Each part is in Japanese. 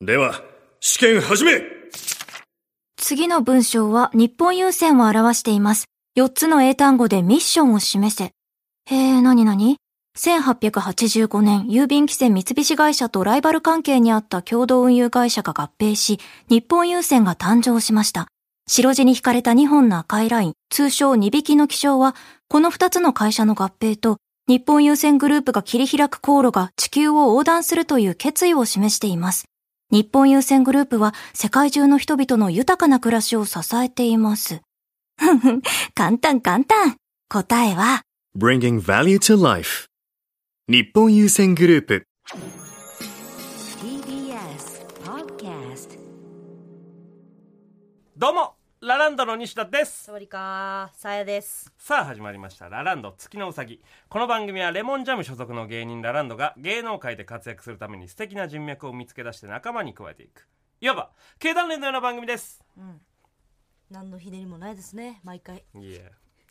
では、試験始め次の文章は日本郵船を表しています。4つの英単語でミッションを示せ。へえ、なになに ?1885 年、郵便規制三菱会社とライバル関係にあった共同運輸会社が合併し、日本郵船が誕生しました。白地に引かれた2本の赤いライン、通称2匹の気象は、この2つの会社の合併と、日本郵船グループが切り開く航路が地球を横断するという決意を示しています。日本郵船グループは世界中の人々の豊かな暮らしを支えています。ふんふん、簡単簡単。答えは、 !Bringing Value to Life 日本優先グループ TBS Podcast どうもラランドの西田ですサワリカーさやですさあ始まりました「ラランド月のうさぎ」この番組はレモンジャム所属の芸人ラランドが芸能界で活躍するために素敵な人脈を見つけ出して仲間に加えていくいわば経団連のような番組です何のひねりもないですね毎回いや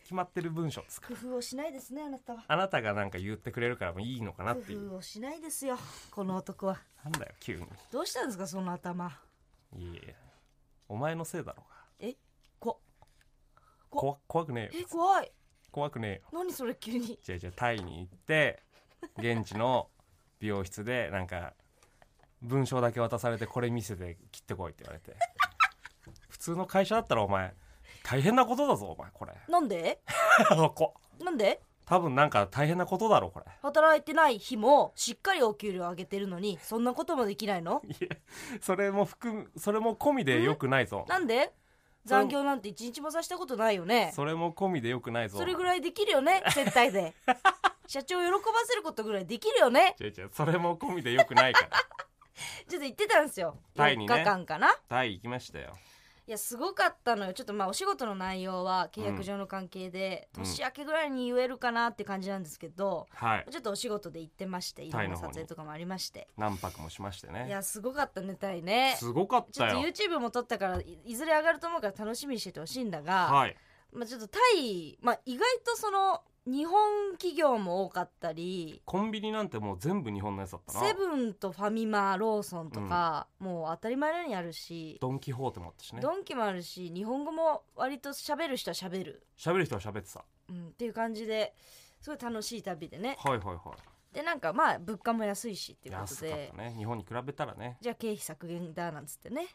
決まってる文章ですか工夫をしないですねあなたはあなたがなんか言ってくれるからもういいのかなっ工ていう夫をしないですよこの男はなんだよ急にどうしたんですかその頭いやお前のせいだろうがえここ怖怖くねえよえ怖い怖くねえよ何それ急にじゃあじゃあタイに行って現地の美容室でなんか文章だけ渡されてこれ見せて切ってこいって言われて普通の会社だったらお前大変なことだぞお前これなんでこなんで多分なんか大変なことだろこれ働いてない日もしっかりお給料上げてるのにそんなこともできないのいやそれも含むそれも込みでよくないぞなんでそれ残業なんて一日もさせたことないよねそれも込みでよくないぞそれぐらいできるよね接 待で社長を喜ばせることぐらいできるよね違う違うそれも込みでよくないからちょっと行ってたんですよタイに4ね日間かな、タイ行きましたよいやすごかったのよちょっとまあお仕事の内容は契約上の関係で、うん年明けぐらいに言えるかなって感じなんですけど、はいちょっとお仕事で行ってましていろタイんのな方撮に影とかもありまして何泊もしましていねやすごかったねタイねすごかっちょたっとよ YouTube も撮ったからいいずれ上がると思うから楽しみにしててほしいんだが、はいまあ、ちょっとタイ、まあ、意外とその日本企業も多かったりコンビニなんてもう全部日本のやつだったなセブンとファミマローソンとか、もう当たり前のようにあるしドン・キホーテもあったしねドンキもあるし日本語も割と喋る人は喋る、喋る人は喋ってたうん、っていう感じですごい楽しい旅でねはいはいはでなんかまあ物価も安いしっていいうこと安かっでたね日本に比べたらねじゃあ経費削減だなんつってね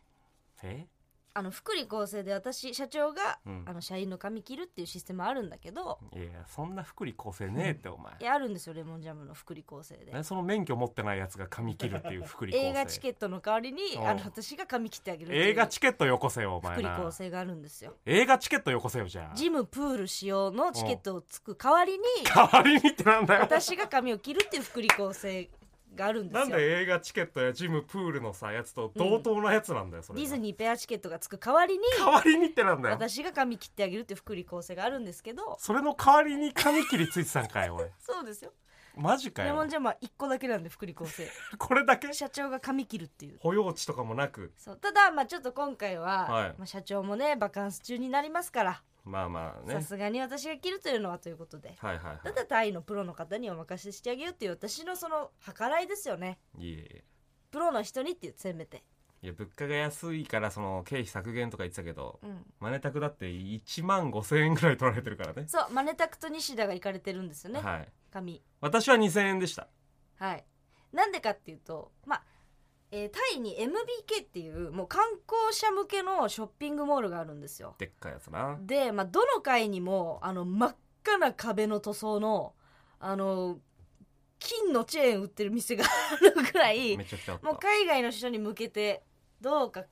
えあの福利厚生で私社長が、うんあの社員の髪切るっていうシステムあるんだけどいやそんな福利厚生ねえってお前いやあるんですよレモンジャムの福利厚生で何その免許持ってないやつが髪切るっていう福利厚生映画チケットの代わりにうんあの私が髪切ってあげるっていう映画チケットよこせよお前福利な厚生があるんですよ映画チケットよこせよじゃあジムプール使用のチケットをつく代わりに代わりにってなんだよ私が髪を切るっていう福利厚生があるんですなよんで映画チケットやジムプールのさやつと同等なやつなんだよそれデがィズニーペアチケットがつく代わりに代わりにってなんだよ私が髪切ってあげるっていう福利厚生があるんですけどそれの代わりに髪切りついてたんかい俺そうですよマジかレモよンジャムは1個だけなんで福利厚 生これだけ社長が髪切るっていう保養地とかもなくそうただまあちょっと今回は、はいまあ、社長もねバカンス中になりますからまあまあねさすがに私が切るというのはということではいはいたはだタイのプロの方にお任せしてあげようっていう私のその計らいですよねいいえいえプロの人にっていうせめていや物価が安いからその経費削減とか言ってたけど、うんマネタクだって1万5千円ぐらい取られてるからねそうマネタクと西田が行かれてるんですよね、はい髪私は2千円でしたはいなんでかっていうとまあ、えータイに MBK っていうもう観光者向けのショッピングモールがあるんですよでっかいやつなで、まあ、どの階にもあの真っ赤な壁の塗装のあの金のチェーン売ってる店があるぐらいめちゃくちゃあっもうた海外の人に向けてどうか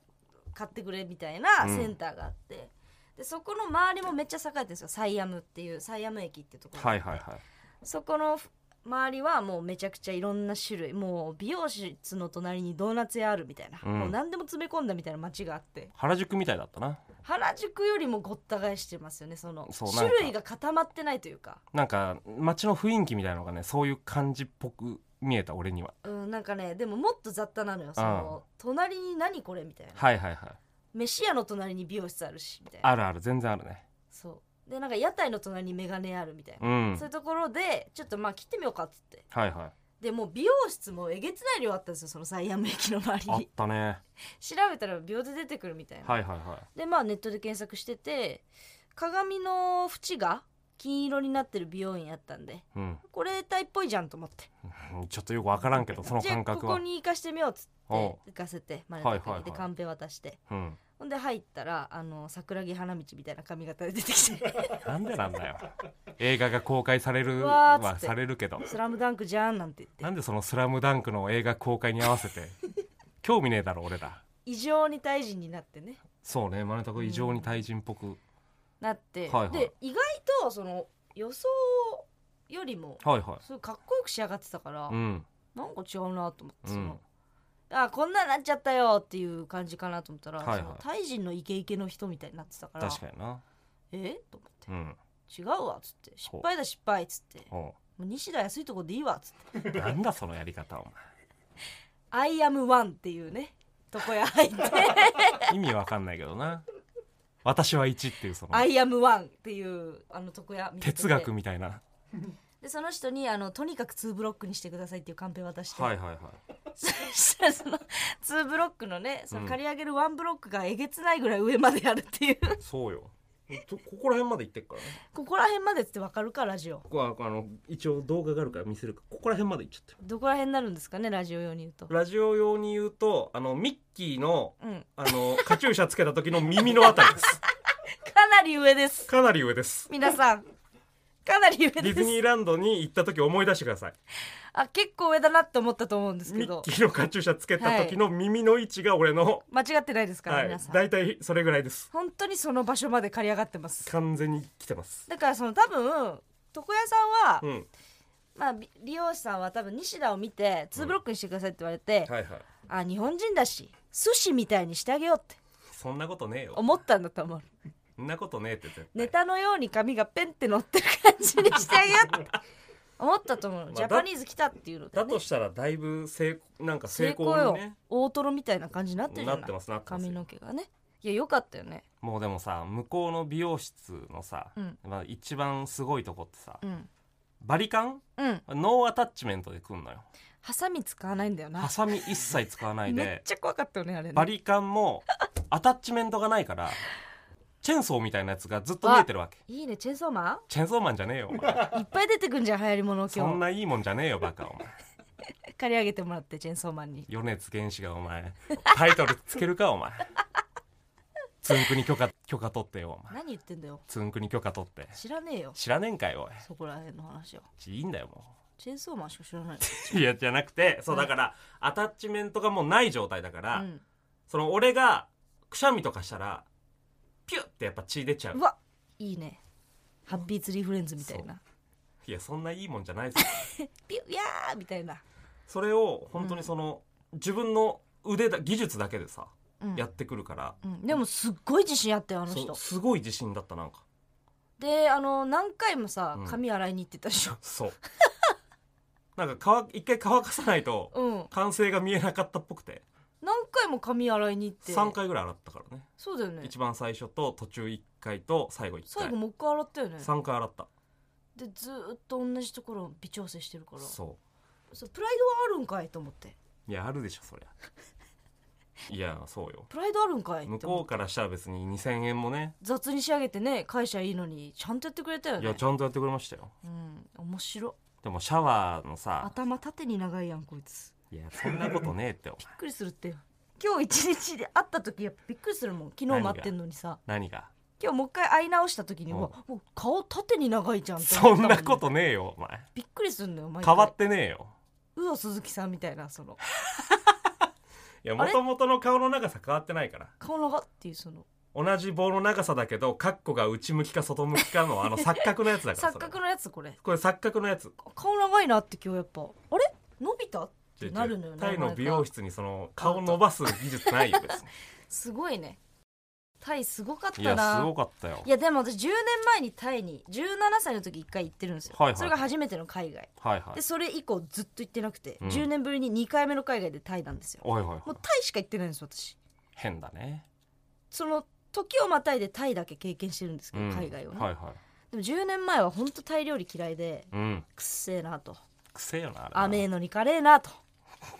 買ってくれみたいなうんセンターがあって、でそこの周りもめっちゃ栄えてるんですよサイアムっていうサイアム駅っていうところがあはっいてはいはいそこの周りはもうめちゃくちゃいろんな種類もう美容室の隣にドーナツ屋あるみたいな、うんもう何でも詰め込んだみたいな街があって原宿みたいだったな原宿よりもごった返してますよねそのそうなんか種類が固まってないというかなんか街の雰囲気みたいなのがねそういう感じっぽく見えた俺にはうんなんかねでももっと雑多なのよその隣に何これみたいなはいはいはい飯屋の隣に美容室あるしみたいなあるある全然あるねそうでなんか屋台の隣にメガネあるみたいな、うんそういうところでちょっとまあ切ってみようかっつってはいはでもう美容室もえげつない量あったんですよそのサイアム駅の周りあっにたね調べたら秒で出てくるみたいな、はいはいはでまあネットで検索してて鏡の縁が金色になってる美容院やったんいでうんこれ体っぽいじゃんと思ってうんちょっとよくわからんけどその じゃあ感こ覚こはに行かしてみようっつってお行かせてマネはいタはいはいでカンペ渡してうんほんで入ったらあの桜木花道みたいな髪型で出てきて なんでなんだよ映画が公開されるうわはーっつってされるけど「スラムダンクじゃん」なんて言なってんでその「スラムダンクの映画公開に合わせ て興味ねえだろ俺ら異常に大人になってねそうねマネタク異常に対人っぽく、なって、はいはいで意外とその予想よりもはいはすごいかっこよく仕上がってたから、いうんなんか違うなと思っうてその、んあこんなんなっちゃったよっていう感じかなと思ったら、はいはいそのタイ人のイケイケの人みたいになってたから確かになえと思ってうん違うわっつって失敗だ失敗っつっておもう西田安いとこでいいわっつってうなんだそのやり方お「アイアムワン」っていうねとこへ入 って前意味わかんないけどな私は1っていうそ「アのイアムワン」っていうあの床屋見つけて哲学みたいなでその人にあの「とにかく2ブロックにしてください」っていうカンペ渡して、はいはいはい そしたらその2ブロックのねそのうん借り上げる1ブロックがえげつないぐらい上まであるっていうそう よここら辺まで行ってっからねここら辺までっつってわかるかラジオここはあの一応動画があるから見せるかここら辺まで行っちゃってどこら辺になるんですかねラジオ用に言うとラジオ用に言うとあのミッキーのうんあのカチューシャつけた時の耳のあたりですかなり上 ですかなり上です皆 さんかなり上ディズニですーランドに行った時思い出してくださいあ結構上だなって思ったと思うんですけミッどキーのカチューシャつけた時の耳の位置が俺の、間違ってないですから、はい皆さん大体それぐらいです本当にその場所まで借り上がってます完全に来てますだからその多分床屋さんは、うんまあ、美美容師さんは多分西田を見て2ブロックにしてくださいって言われて、はいはいあ日本人だし寿司みたいにしてあげようってそんなことねえよ思ったんだと思うそんなことねえって絶対ネタのように髪がペンって乗ってる感じにしてあげよ うって思ったと思う、あジャパニーズ来たっていうので、だねと、したらだいぶ成なんか成成功功によね大トロみたいな感じになってるじなゃないってますなってます髪よの毛がねいやよかったよねもうでもさ向こうの美容室のさ、うんまあ、一番すごいとこってさうんバリカンうんノーアタッチメントで来んのよハサミ使わないんだよなハサミ一切使わないめっでちゃ怖かったよねあれねバリカンもアタッチメントがないからチェーンソーみたいなやつがずっと見えてるわけいいねチェーンソーマチェーンソーマンじゃねえよお前ンいっぱい出てくんじゃん流行り物をそん今ないいもんじゃねえよバカお前日借り上げてもらってチェーンソーマンに米津玄師がお前タイトルつけるかお前つんくに許可許可取ってよお前何言ってんだよつんくに許可取って知らねえよ知らねえんかいおいそこら辺の話はいいんだよもチェーンソーマンしか知らない、ういやじゃなくてそうだからアタッチメントがもうない状態だかうら、ん、その俺がくしゃみとかしたらピュッてやっぱ血出ちゃううわいいねハッピーツリーフレンズみたいないやそんないいもんじゃないですよピュいやーみたいな、それを本当にその、自分の腕だ技術だけでさ、うんやってくるから、うんでもすっごい自信あったよあのそ人うすごい自信だったなんかであの何回もさうん髪洗いに行ってたでしょ そう なんか乾一回乾かさないとうん、完成が見えなかったっぽくて何回も髪洗いに行って3回ぐらい洗ったからねそうだよね一番最初と途中1回と最後1最回後もう一回洗ったよね3回洗ったでずーっと同じところを微調整してるからそうそうプライドはあるんかいと思っていやあるでしょそりゃ いやそうよプライドあるんかい向ってこ思っうてからしたら別に2000円もね雑に仕上げてね会社いいのにちゃんとやってくれたよいねやちゃんとやってくれましたようん面白でもシャワーのさ頭縦に長いやんこいついやそんなことねえっ てお前びっくりするって今日一日で会った時やっぱびっくりするもん昨日何が待ってんのにさ何が今日もう一回会い直した時にうんうわもう顔縦に長いじゃんって思そったもんねなことねえよお前びっくりするのよ毎回変わってねえようわ鈴木さんみたいなそのいやあもれともとの顔の長さ変わってないから顔長っていうその同じ棒の長さだけどカッコが内向きか外向きかの あの錯覚のやつだから錯それは覚のやつこれこれ錯覚のやつ顔長いなって今日やっぱあれ伸びたってなるのよねタイの毎回美容室にその顔伸ばす技術ないよ別にすごいねタイすごかっ たいなやすごかったよいやでも私10年前にタイに17歳の時1回行ってるんですよ、はいはいそれが初めての海外はいはいでそれ以降ずっと行ってなくて、うん10年ぶりに2回目の海外でタイなんですよおいおいおもいうタイしか行ってないんです私変だねその時をまたいでタイだけ経験してるんですけど、うん海外をね、はいはいでも10年前は本当タイ料理嫌いでうんくっせえなとくくせえよなあれな甘えのに辛えなと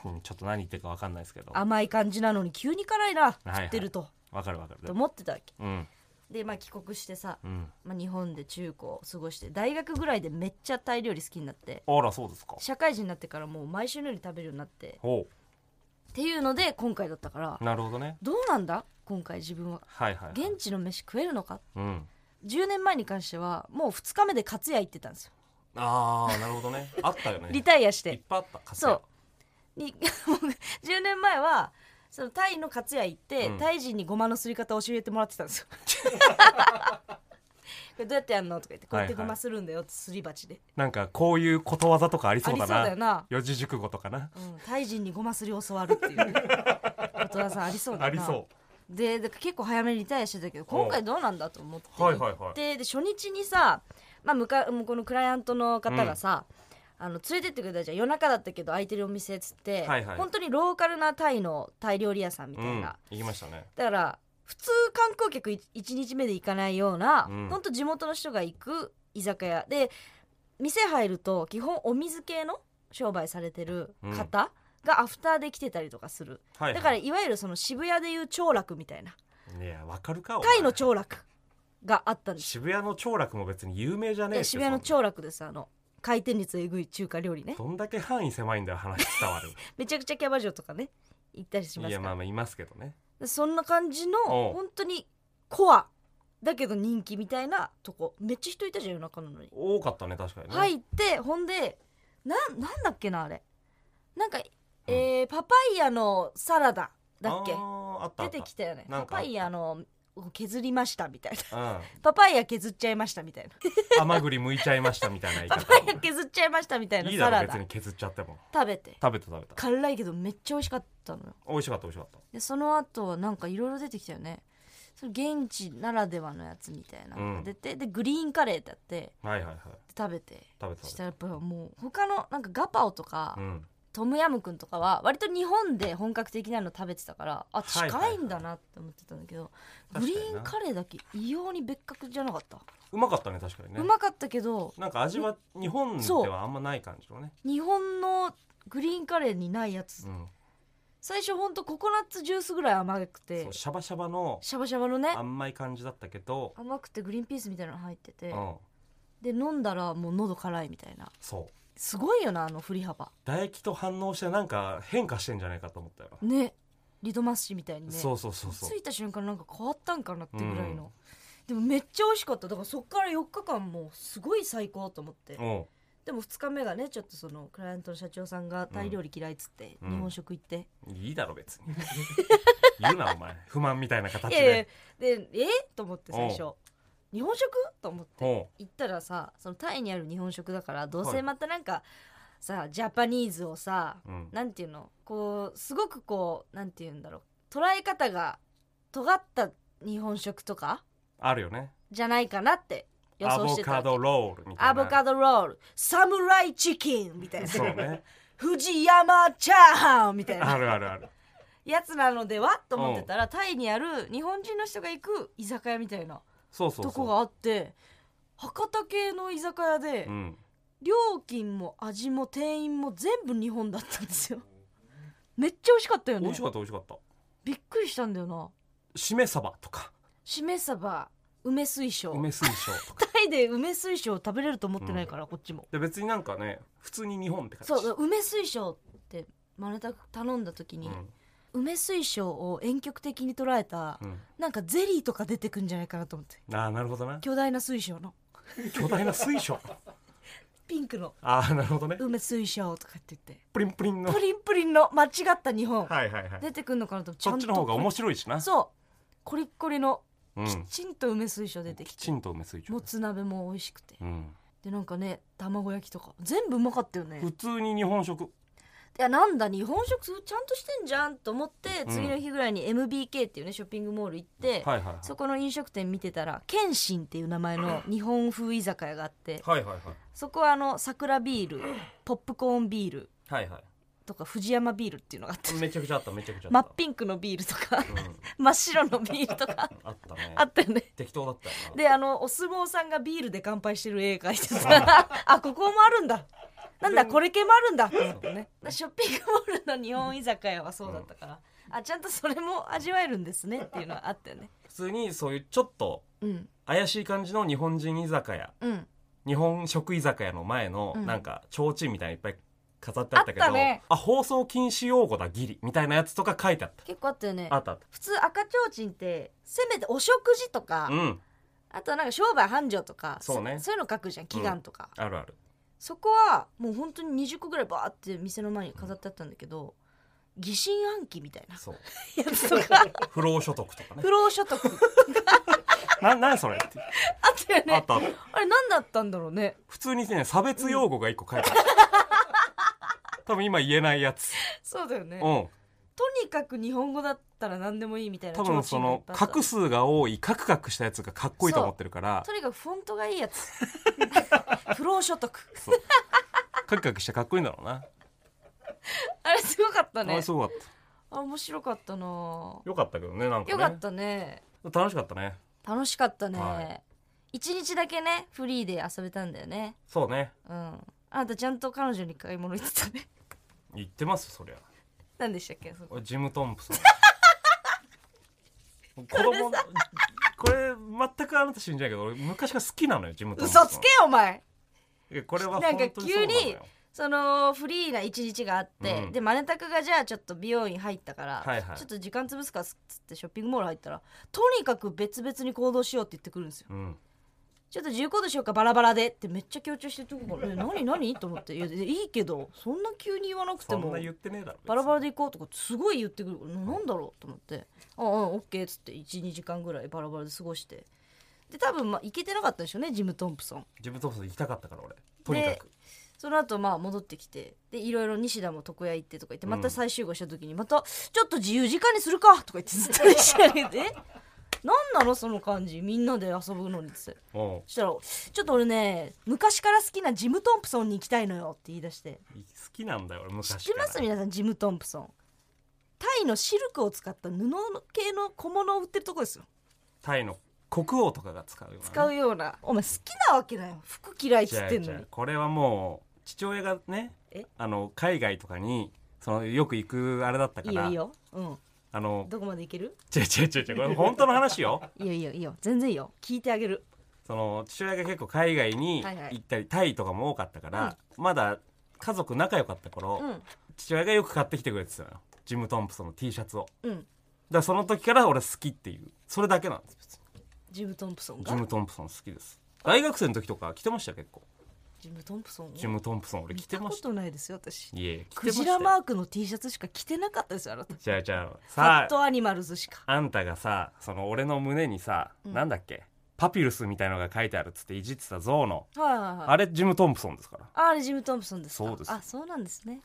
うんちょっと何言ってるか分かんないですけど甘い感じなのに急に辛いなはい食ってると、分かる分かると思ってたわけうんでまあ帰国してさ、うんまあ、日本で中高を過ごして大学ぐらいでめっちゃタイ料理好きになってあらそうですか社会人になってからもう毎週のように食べるようになってほっていうので今回だったからうなるほどねどうなんだ今回自分ははいはいはい現地の飯食えるのかうん10年前に関してはもう2日目で勝屋行ってたんですよああなるほどねあったよねリタイアしいってぱいあったそうに もう10年前はそのタイの勝屋行って、うんタイ人にごまのすり方を教えてもらってたんですよこ れどうやってやるのとか言ってこうやってはいはごいまするんだよってすり鉢で、なんかこういうことわざとかありそうあだりそうだなよな四字熟語とかなうん、タイ人にごますりを教わるっていうことわざありそうだなありそうでだから結構早めにリタイアしてたけど今回どうなんだと思ってはいはいはい行ってで初日にさ、まあ、向か向こうのクライアントの方がさ、あの連れてってくれたじゃん夜中だったけど空いてるお店っつって、はいはい本当にローカルなタイのタイ料理屋さんみうたいんな、行きましたねだから普通観光客1日目で行かないような、うんほんと地元の人が行く居酒屋で店入ると基本お水系の商売されてる方がアフターで来てたりとかする、はいだからいいわゆるその渋谷でいう長楽みたいなやわかるかお前タイの長楽があったんです渋谷の長楽も別に有名じゃねえでって渋谷のそん長楽ですあの回転率えぐい中華料理ねなどんだけ範囲狭いんだよ話伝 わるめちゃくちゃキャバ嬢とかね行ったりしまいすやかまあらまあいますけどねでそんな感じのおう本当にコアだけど人気みたいなとこめっちゃ人いたじゃん夜中なのに多かったね確かにね入ってほんでなんなんだっけなあれなんか、えーパパイヤのサラダだっけあーあったあ出ったてきたよねなんパかあったパイヤの削りましたみたいなうんパパイヤ削っちゃいましたみたいな甘栗剥いちゃいましたみたいな言いパ 方パイヤ削っちゃいましたみたいないいサだろラ別ダに削っちゃっても食べて食べた食べた辛いけどめっちゃ美味しかったのよ美味しかった美味しかっでその後はなんかいろいろ出てきたよねそれ現地ならではのやつみたいなのが出て、でグリーンカレーってやってたはいはいはい食べて食べたし食たらやっぱもう他のなんかガパオとか、べたうんトムヤムくんとかは割と日本で本格的なの食べてたからあはい近いんだなって思ってたんだけど、確かにグなリーンカレーだけ異様に別格じゃなかった、うまかったね確かにねうまかったけどなんか味は日本ではあんまない感じのね日本のグリーンカレーにないやつ、うん最初ほんとココナッツジュースぐらい甘くてそうシャバシャバのシャバシャバのね甘い感じだったけど甘くてグリーンピースみたいなの入ってて、うんで飲んだらもう喉辛いみたいなそうすごいよなあの振り幅唾液と反応してなんか変化してんじゃないかと思ったよねリトマス紙みたいにねそうそうそうそう着いた瞬間なんか変わったんかなってぐらいの、うんでもめっちゃ美味しかっただからそっから4日間もうすごい最高と思ってうんでも2日目がねちょっとそのクライアントの社長さんがタイ料理嫌いっつって、うん日本食行って、いいだろ別に 言うなお前不満みたいな形いやいやででえと思って最初お日本食と思ってお行ったらさそのタイにある日本食だからどうはせいまたなんか、さジャパニーズをさううんなんていうのこうすごくこうなんていうんだろう捉え方が尖った日本食とかあるよねじゃないかなって予ア想ボしてカたわけドロールみたいなアボカドロールサムライチキンみたいなそう ね藤山チャーハンみたいあなるあるあるやつなのではと思ってたらタイにある日本人の人が行く居酒屋みたいなそうそうそうとこがあって博多系の居酒屋でうん料金も味も店員も全部日本だったんですよ めっちゃ美味しかったよ美ね味しかった美味しかったびっくりしたんだよなしめ鯖とかしめ鯖梅水晶梅水晶とかタイで梅水晶を食べれると思ってないから、こっちもで別になんかね普通に日本って感じそう梅水晶ってマネタク頼んだ時うに、ん梅水晶を遠曲的に捉えた、うんなんかゼリーとか出てくんじゃないかなと思ってああなるほどな巨大な水晶の巨大な水晶ピンクの ああなるほどね梅水晶とかって言ってプリンプリンのプリンプリンの間違った日本、はいはいはい出てくんのかなと思そっちの方が面白白いしないそうコリッコリのうきんちんと梅水晶出てききちて、んと梅水も晶つ鍋も美味しくてうんでなんかね卵焼きとか全部うまかったよね普通に日本食いやなんだ日本食ちゃんとしてんじゃんと思ってうん次の日ぐらいに MBK っていうねショッピングモール行って、はいはいはいそこの飲食店見てたら謙信っていう名前の日本風居酒屋があってはいはいはいそこはあの桜ビールポップコーンビールはいはとか富士山ビールっていうのがあっていめちゃくちゃあっためちゃくちゃ真っピンクのビールとかうん真っ白のビールとかあったねあったよね適当だったよな であのお相撲さんがビールで乾杯してる絵描いてたあここもあるんだなんだこれ系もあるんだと思ってねショッピングモールの日本居酒屋はそうだったから、あちゃんとそれも味わえるんですねっていうのはあったよね普通にそういうちょっとうん怪しい感じの日本人居酒屋うん日本食居酒屋の前のうんなんか提灯みたいないっぱい飾ってあったけどあったねあ放送禁止用語だギリみたいなやつとか書いてあった結構あったよねあったあっ普通赤ちょうちんってせめてお食事とか、たうんあとはなんか商売繁盛とかそうねそういうの書くじゃん祈願とか、あるあるそこはもう本当に20個ぐらいバーって店の前に飾ってあったんだけど疑心暗鬼みたい なそうやつ とか不労所得とかね 不労所得あっななんそれってたよあっねたあったあれ何だったんだろうね普通にね差別用語が一個書いてある、多分今言えないやつそうだよねうんとにかく日本語だったら何でもいいみたいな多分その画す数が多いカクカクしたやつがかっこいいと思ってるからとにかくフォントがい いやつ不労所得カクカクしてかっこいいんだろうな、あれすごかったあねれすごかったあ面白かったなよかったけどねなんかねよかったね楽しかったね楽しかったはね一、日だけねフリーで遊べたんだよねそうねうんあなたちゃんと彼女に買い物行ってたね 言ってますそりゃ何でしたっけその俺ジム・トンプソ ン子供これ全くあなた信じないけど俺昔から好きなのよジム・トンプソン嘘つけよお前いやこれはなんか本当にそうなのよ急にそのフリーな一日があって、うんでマネタクがじゃあちょっと美容院入ったから、はいはいちょっと時間潰すかっつってショッピングモール入ったらとにかく別々に行動しようって言ってくるんですようんちょっと自由行動しようかバラバラでってめっちゃ強調してるとこから「え何何?」と思って「いやいいけどそんな急に言わなくてそんもな言ってねえだろ別にバラバラで行こうとかすごい言ってくるななんだろうと思って「ああオッケー」っつって12時間ぐらいバラバラで過ごしてで多分まあ行けてなかったでしょうねジム・トンプソンジム・トンプソン行きたかったから俺とにかくその後まあ戻ってきてでいろいろ西田も床屋行ってとか言ってうんまた再集合した時にまた「ちょっと自由時間にするか」とか言ってずっと西田にて「 何なのその感じみんなで遊ぶのに」っつっておうそしたら「ちょっと俺ね昔から好きなジム・トンプソンに行きたいのよ」って言い出して好きなんだよ俺知っ昔てからます皆さんジム・トンプソンタイのシルクを使った布系の小物を売ってるとこですよタイの国王とかが使うようなね使うようなお前好きなわけないよ服嫌いっつ違っうてんの違にうこれはもう父親がねえあの海外とかにそのよく行くあれだったいかいよらいいようんあのどこまでいける違う違う違う違うこれ本当の話よいいよいいよいいよ全然いいよ聞いてあげるその父親が結構海外にはいはい行ったりタイとかも多かったから、まだ家族仲良かった頃、うん父親がよく買ってきてくれてたのよジム・トンプソンの T シャツをだかうんらその時から俺好きっていうそれだけなんです別にジム・トンプソジンがム・トンプソン好きです大学生の時とか着てましたよ結構ジム・トンプソンをジム・トンプソン俺見着てたまこしたとないですよ私いえ着てまクしたジよラマークの T シャツしか着てなかったですよあなたフじゃあじゃあさァあットアニマルズしかあんたがさその俺の胸にさ、うんなんだっけパピルスみたいのが書いてあるっつっていじってた象の、はいはいはいあれジム・トンプソンですからああれジム・トンプソンですかそうですあそうなんで すね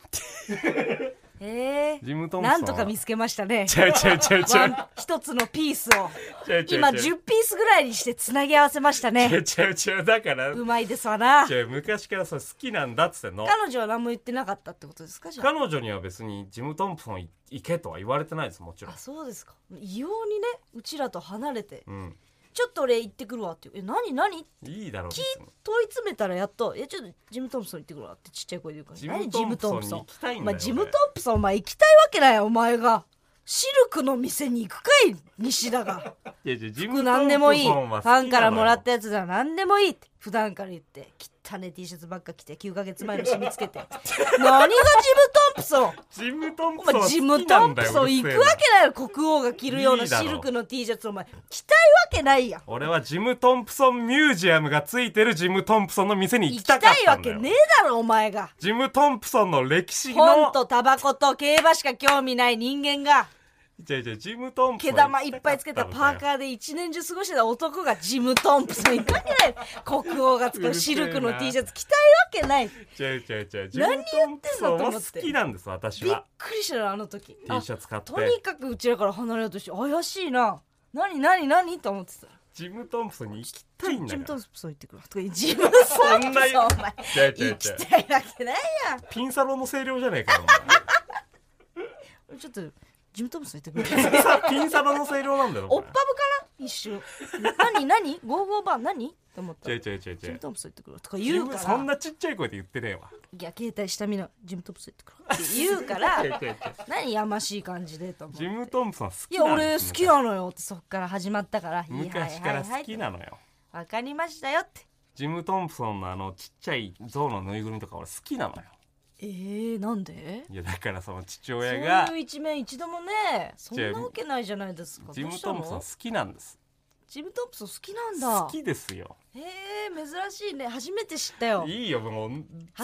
へえジム・トンプソンなはんとか見つけましたねちゃう ちゃうちゃうちワゃうン一つのピースをちゃうちゃうちゃう今10ピースぐらいにしてつなぎ合わせまし たちゃねうちゃうちゃうだからうまいですわなちゃう昔からそれ好きなんだっつってんの彼女は何も言ってなかったってことですかじゃあ彼女には別にジム・トンプソンい行けとは言われてないですもちろんあ、そうですか異様にねうちらと離れてうん、ちょっと俺行ってくるわってえ何何いいだろう別に問い詰めたらやっと「えちょっとジム・トンプソン行ってくるわ」ってちっちゃい声で言うからジ何ム・トンプソンに行きたいんだよ、お前俺ジム・トンプソンお前行きたいわけないよお前がシルクの店に行くかい西田がいやいや ジムトンプソンは服何でもいいフ好きなのよァンからもらったやつだ何でもいいって普段から言って汚ね T シャツばっか着て9ヶ月前の染み つけて何がジム・トンプソンジム・トンプおソン前はジ好ム・きなトンんだプよソンう行るせえなくわけないよ国王が着るよういないだろシルクの T シャツお前着たいわけないやん俺はジム・トンプソンミュージアムがついてるジム・トンプソンの店に行行ききたかたっいたわんだけよねえだろお前がジム・トンプソンの歴史本のとタバコと競馬しか興味ない人間がじゃあじゃあジム・トンプソン毛玉いっぱいつけたパーカーーで一年中過ごしてた男がジム・トンプソン行くわけない国王が使うシルクの T シャツ着たいわけないび違う違う違うジ何やム・トンっプてんソのンとは思好ってきなんです私っはくりしたよあの時 T シャツ買ってあとにかくうちらから離れようとして怪しいな何何何と思ってたジム・トンプソンに行きたいんジだム・トかンらプソン行ってくるわとかジム・トンプソンお前違う違う違行うきたいわけないやピンサロの声量じゃねえかよんちょっとジム・トンプソン行おってくる前ピンサロの声量なんだよおおっ前ぱぶかな一瞬何何ゴーゴーバー何と思った違う違う違うジ違ムうトープス行ってくるとか言うからそんなちっちゃい声で言ってねえわいや携帯下見なジムトープス行ってくる って言うから違う違う違う何やましい感じでと思ってジム・トンプソン好いきやなの俺好きなのよってそっから始まったから昔から好きのなのよわかりましたよってジム・トンプソンのあのちっちゃい象のぬいぐるみとか俺好きなのよえー、なんでいやだからその父親がそういう一面一度もねそん違うなわけないじゃないですかジどうム・したトンプソンの好きなんですジムトンプソン好きなんだ好きですよへえ珍しいね初めて知ったよいいよもう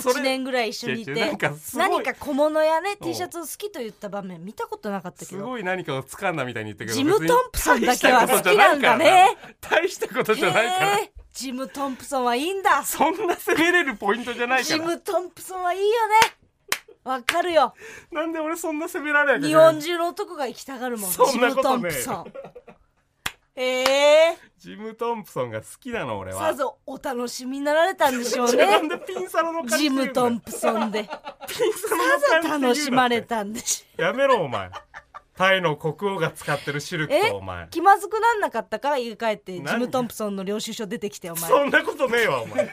そ8れ年ぐらい一緒にいて違う違うなんかすごい何か小物やねうん T シャツを好きと言った場面見たことなかったけすどごい何かを掴んだみたいに言ってくるジムトンプソンだけは好きなんだね大したことじゃないからへえジムトンプソンはいいんだそんな責めれるポイントじゃないかジらムトンプソンはいいよねわか るよなんで俺そんな責められなきゃい日けない本中の男が行きたがるもんそんなことねえジムト ンプソンへえジム・トンプソンが好きなの俺はさぞお楽しみになられたんでしょう じゃあなんねでピンサロの感じでジ言うんムだよトンプソンでさピンサロの感じで言うぞな楽しまれたんでしやめろお前タイの国王が使ってるシルクえとお前気まずくなんなかったから家帰ってジ何ムトンプソンの領収書出てきてお前そんなことねえわお前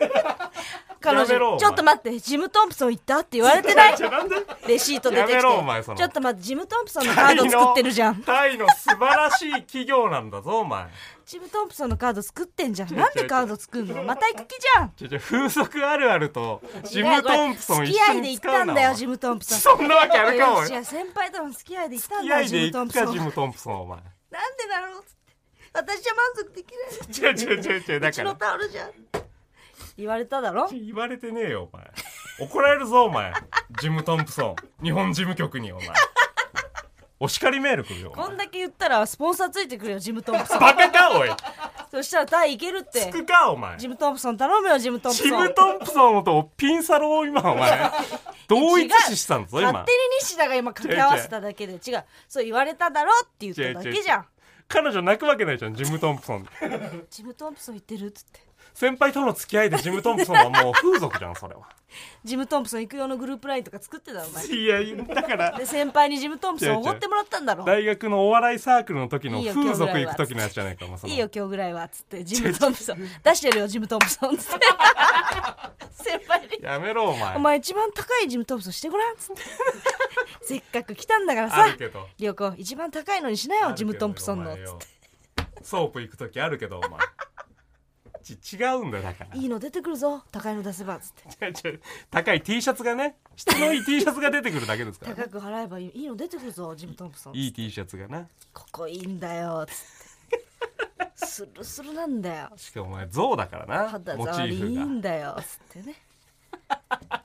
彼やめろお前女ちょっと待ってジムトンプソン行ったって言われ てないじゃあなんでレシート出てきてやめろお前そのちょっと待ってジムトンプソンのカード作ってるじゃんタイの素晴らしい企業なんだぞお前ジムトンプソンのカード作ってんじゃん違うなんでカード作るのまた行く気じゃんちょちょ風俗あるあるとジム・トンプソン一付き緒合いでに行っ使うなたんだよお前ジムトンプソンそんなわけあるかおいいや先輩との付き合いで行ったん付きだ合よいジでムト行くンプソンかジム・トンプソンお前なんでだろうって私は満足できないちょちょちょちょだうちかのらタオルじゃん言われただろ言われてねえよお前怒られるぞお前ジム・トンプソン日本事務局にお前お叱りメール来るよおこん前だけ言ったらスポンサーついてくるよジムトンプソンバカかおいそしたらタイ行けるってつくかお前ジムトンプソン頼むよジムトンプソンジム・トンプソンとピンサロを今お 前同一視したんだぞ勝今手に西田が今掛け合わせただけで違うそう言われただろって言っただけじゃん彼女泣くわけないじゃんジム・トンプソンジムトンプソン言ってるっつって先輩との付き合いでジム・トンプソンはもう風俗じゃんそれはジムトンプソン行く用のグループラインとか作ってたのお前いやだからで先輩にジムトンプソン違う違おうごってもらったんだろ大学のお笑いサークルの時のいいよ風俗行く時のやつじゃないかもうそのいいよ今日ぐらいはっつってジムトンプソン出してるよジムトンプソンっつって先輩にやめろお前お前一番高いジムトンプソンしてごらんっつってせっかく来たんだからあさるけど旅行一番高いのにしなよあるけどジムトンプソンのおっ前つっよソープ行く時あるけどお前ち違うんだよだか ていいの出てくるぞ高いの出せばっつってら違う違う高い T シャツがね質のいい T シャツが出てくるだけですからね高く払えばいいいいの出てくるぞジムトンプソンいい T シャツがなここいいんだよつってスルスルなんだよしかもお前象だから肌なモチ触りいいーフんがだよつって ね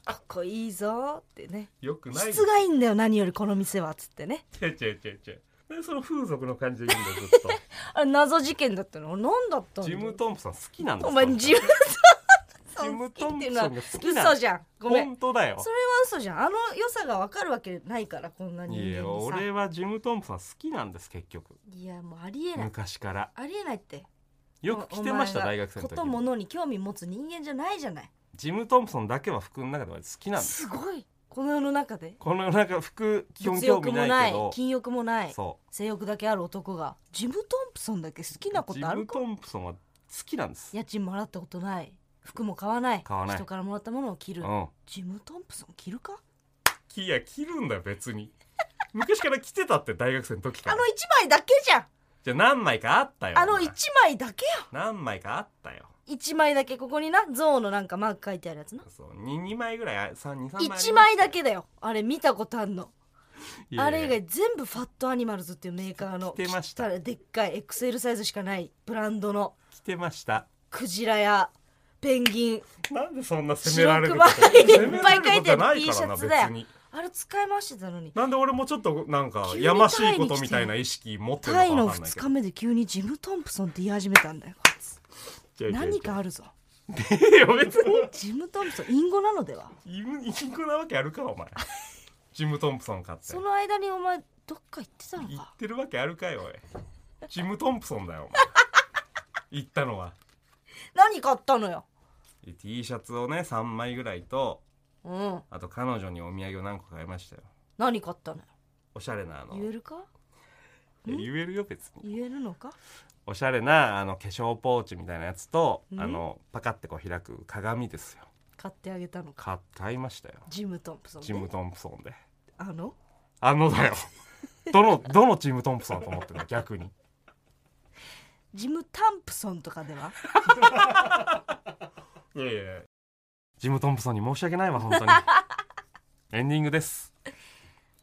ここいいぞってねよくない質がいいんだよ何よりこの店はつってね違う違う違う違うでその風俗の感じでいいんだよ ずっとあれ謎事件だったの何だったのジム・トンプソン好きなんだお前そんなジムジム・トンプソンが好きなの嘘じゃんごめん本当だよそれは嘘じゃんあの良さが分かるわけないからこんな人間いやにさ俺はジム・トンプソン好きなんです結局いやもうありえない昔からありえないってよく着てましたおお前大が学生のこと時ものに興味持つ人間じゃないじゃないジム・トンプソンだけは服の中で俺好きなんですすごいこの世の中でこの世の中服基本物興欲味もななけいいど禁欲もないそ性欲だけある男がジム・トンプソンだけ好きなこうジとあム・るかトンプソンは好きなんです家賃も払ったことない服も買わない買わない人からもらったものを着うるんジム・トンプソン着るかいや着るんだよ別に 昔から着てたって大学生の時かあらの一枚だけじゃんじゃあ何枚かあったよあおの前一枚だけよ何枚かあったよ一枚だけここにな象のなんかマーク書いてあるやつなそう 2, 二枚ぐらい323枚あります一枚だけだよあれ見たことあんのいやあいやれ以外全部ファットアニマルズっていうメーカーの着てました汚いでっかい XL サイズしかないブランドの着てましたクジラやペンギンなんでそんな責め白られるクこマといっぱい書いてあ責められる T シることじゃないからャなツだよ別にあれ使い回してたのになんで俺もちょっとなんか急にやましいことみたいな意識持ってるタイのかのわかんないけ2日ど目で急にジム・トンプソンって言い始めたんだよこいつ違う違う違う何かあるぞいや別にジム・トンプソン隠語なのではイムインコなわけあるかお前ジム・トンプソン買ってその間にお前どっか行ってたの言っかてるわけあるかよおいジム・トンプソンだよお前言ったのは何買ったのよ T シャツをね3枚ぐらいとうんあと彼女にお土産を何個買いましたよ何買ったのよおしゃれなあの言えるかいや言えるよ別に言えるのかおしゃれなあの化粧ポーチみたいなやつとんあのパカってこう開く鏡ですよ買ってあげたのか買買いましたよジム・トンプソンでジム・トンプソンであのあの だよどのどのチームトンプソンだと思ってるの逆にジム・タンプソンとかではいやいやジム・トンプソンに申し訳ないわ本 当にエンディングです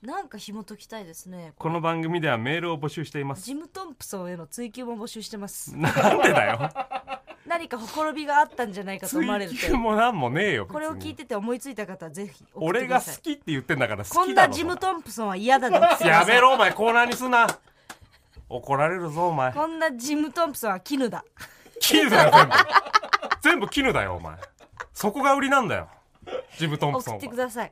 なんか紐解きたいですねこの番組ではメールを募集してい ますジム・トンプソンへの追及も募集してますなんでだよ何かほころびがあったんじゃないかと追思われると求もなんもねえよ別にこれを聞いてて思いついた方はぜひ送って俺くだがさ好いきって言ってんだからこ好きんだなろジム・トンプソンは嫌だと送ってくだやさいめろお前コーナーにす な怒られるぞお前こんなジム・トンプソンは 絹だ絹だよ全部全部絹だよお前そこが売りなんだよジム・トンプソンは送ってください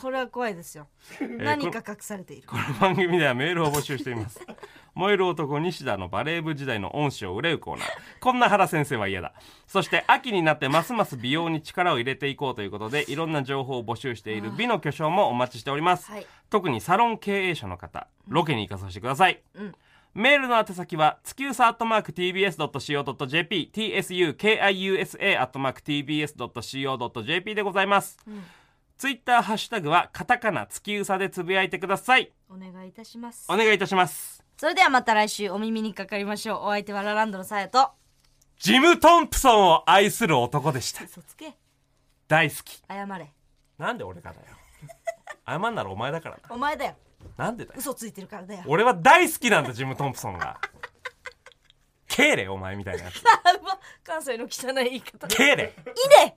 これは怖いですよえー何こか隠されているこの番組ではメールを募集しています 燃える男西田のバレー部時代の恩師を憂うコーナーこんな原先生は嫌だそして秋になってますます美容に力を入れていこうということでいろんな情報を募集している美の巨匠もお待ちしております、はい特にサロン経営者の方ロケに行かさせてください、んメールの宛先は月うさ .tbs.co.jp tsukiusa .tbs.co.jp でございます、ツイッターハッシュタグはカタカナ月うさでつぶやいてくださいお願いいたしますお願いいたしますそれではまた来週お耳にかかりましょうお相手はラランドのさやとジム・トンプソンを愛する男でした嘘つけ大好き謝れなんで俺がだよ謝んならお前だからお前だよななんでだよ嘘ついてるからだよ俺は大好きなんだジム・トンプソンが敬礼お前みたいなやつ関西の汚い言い方敬礼いいね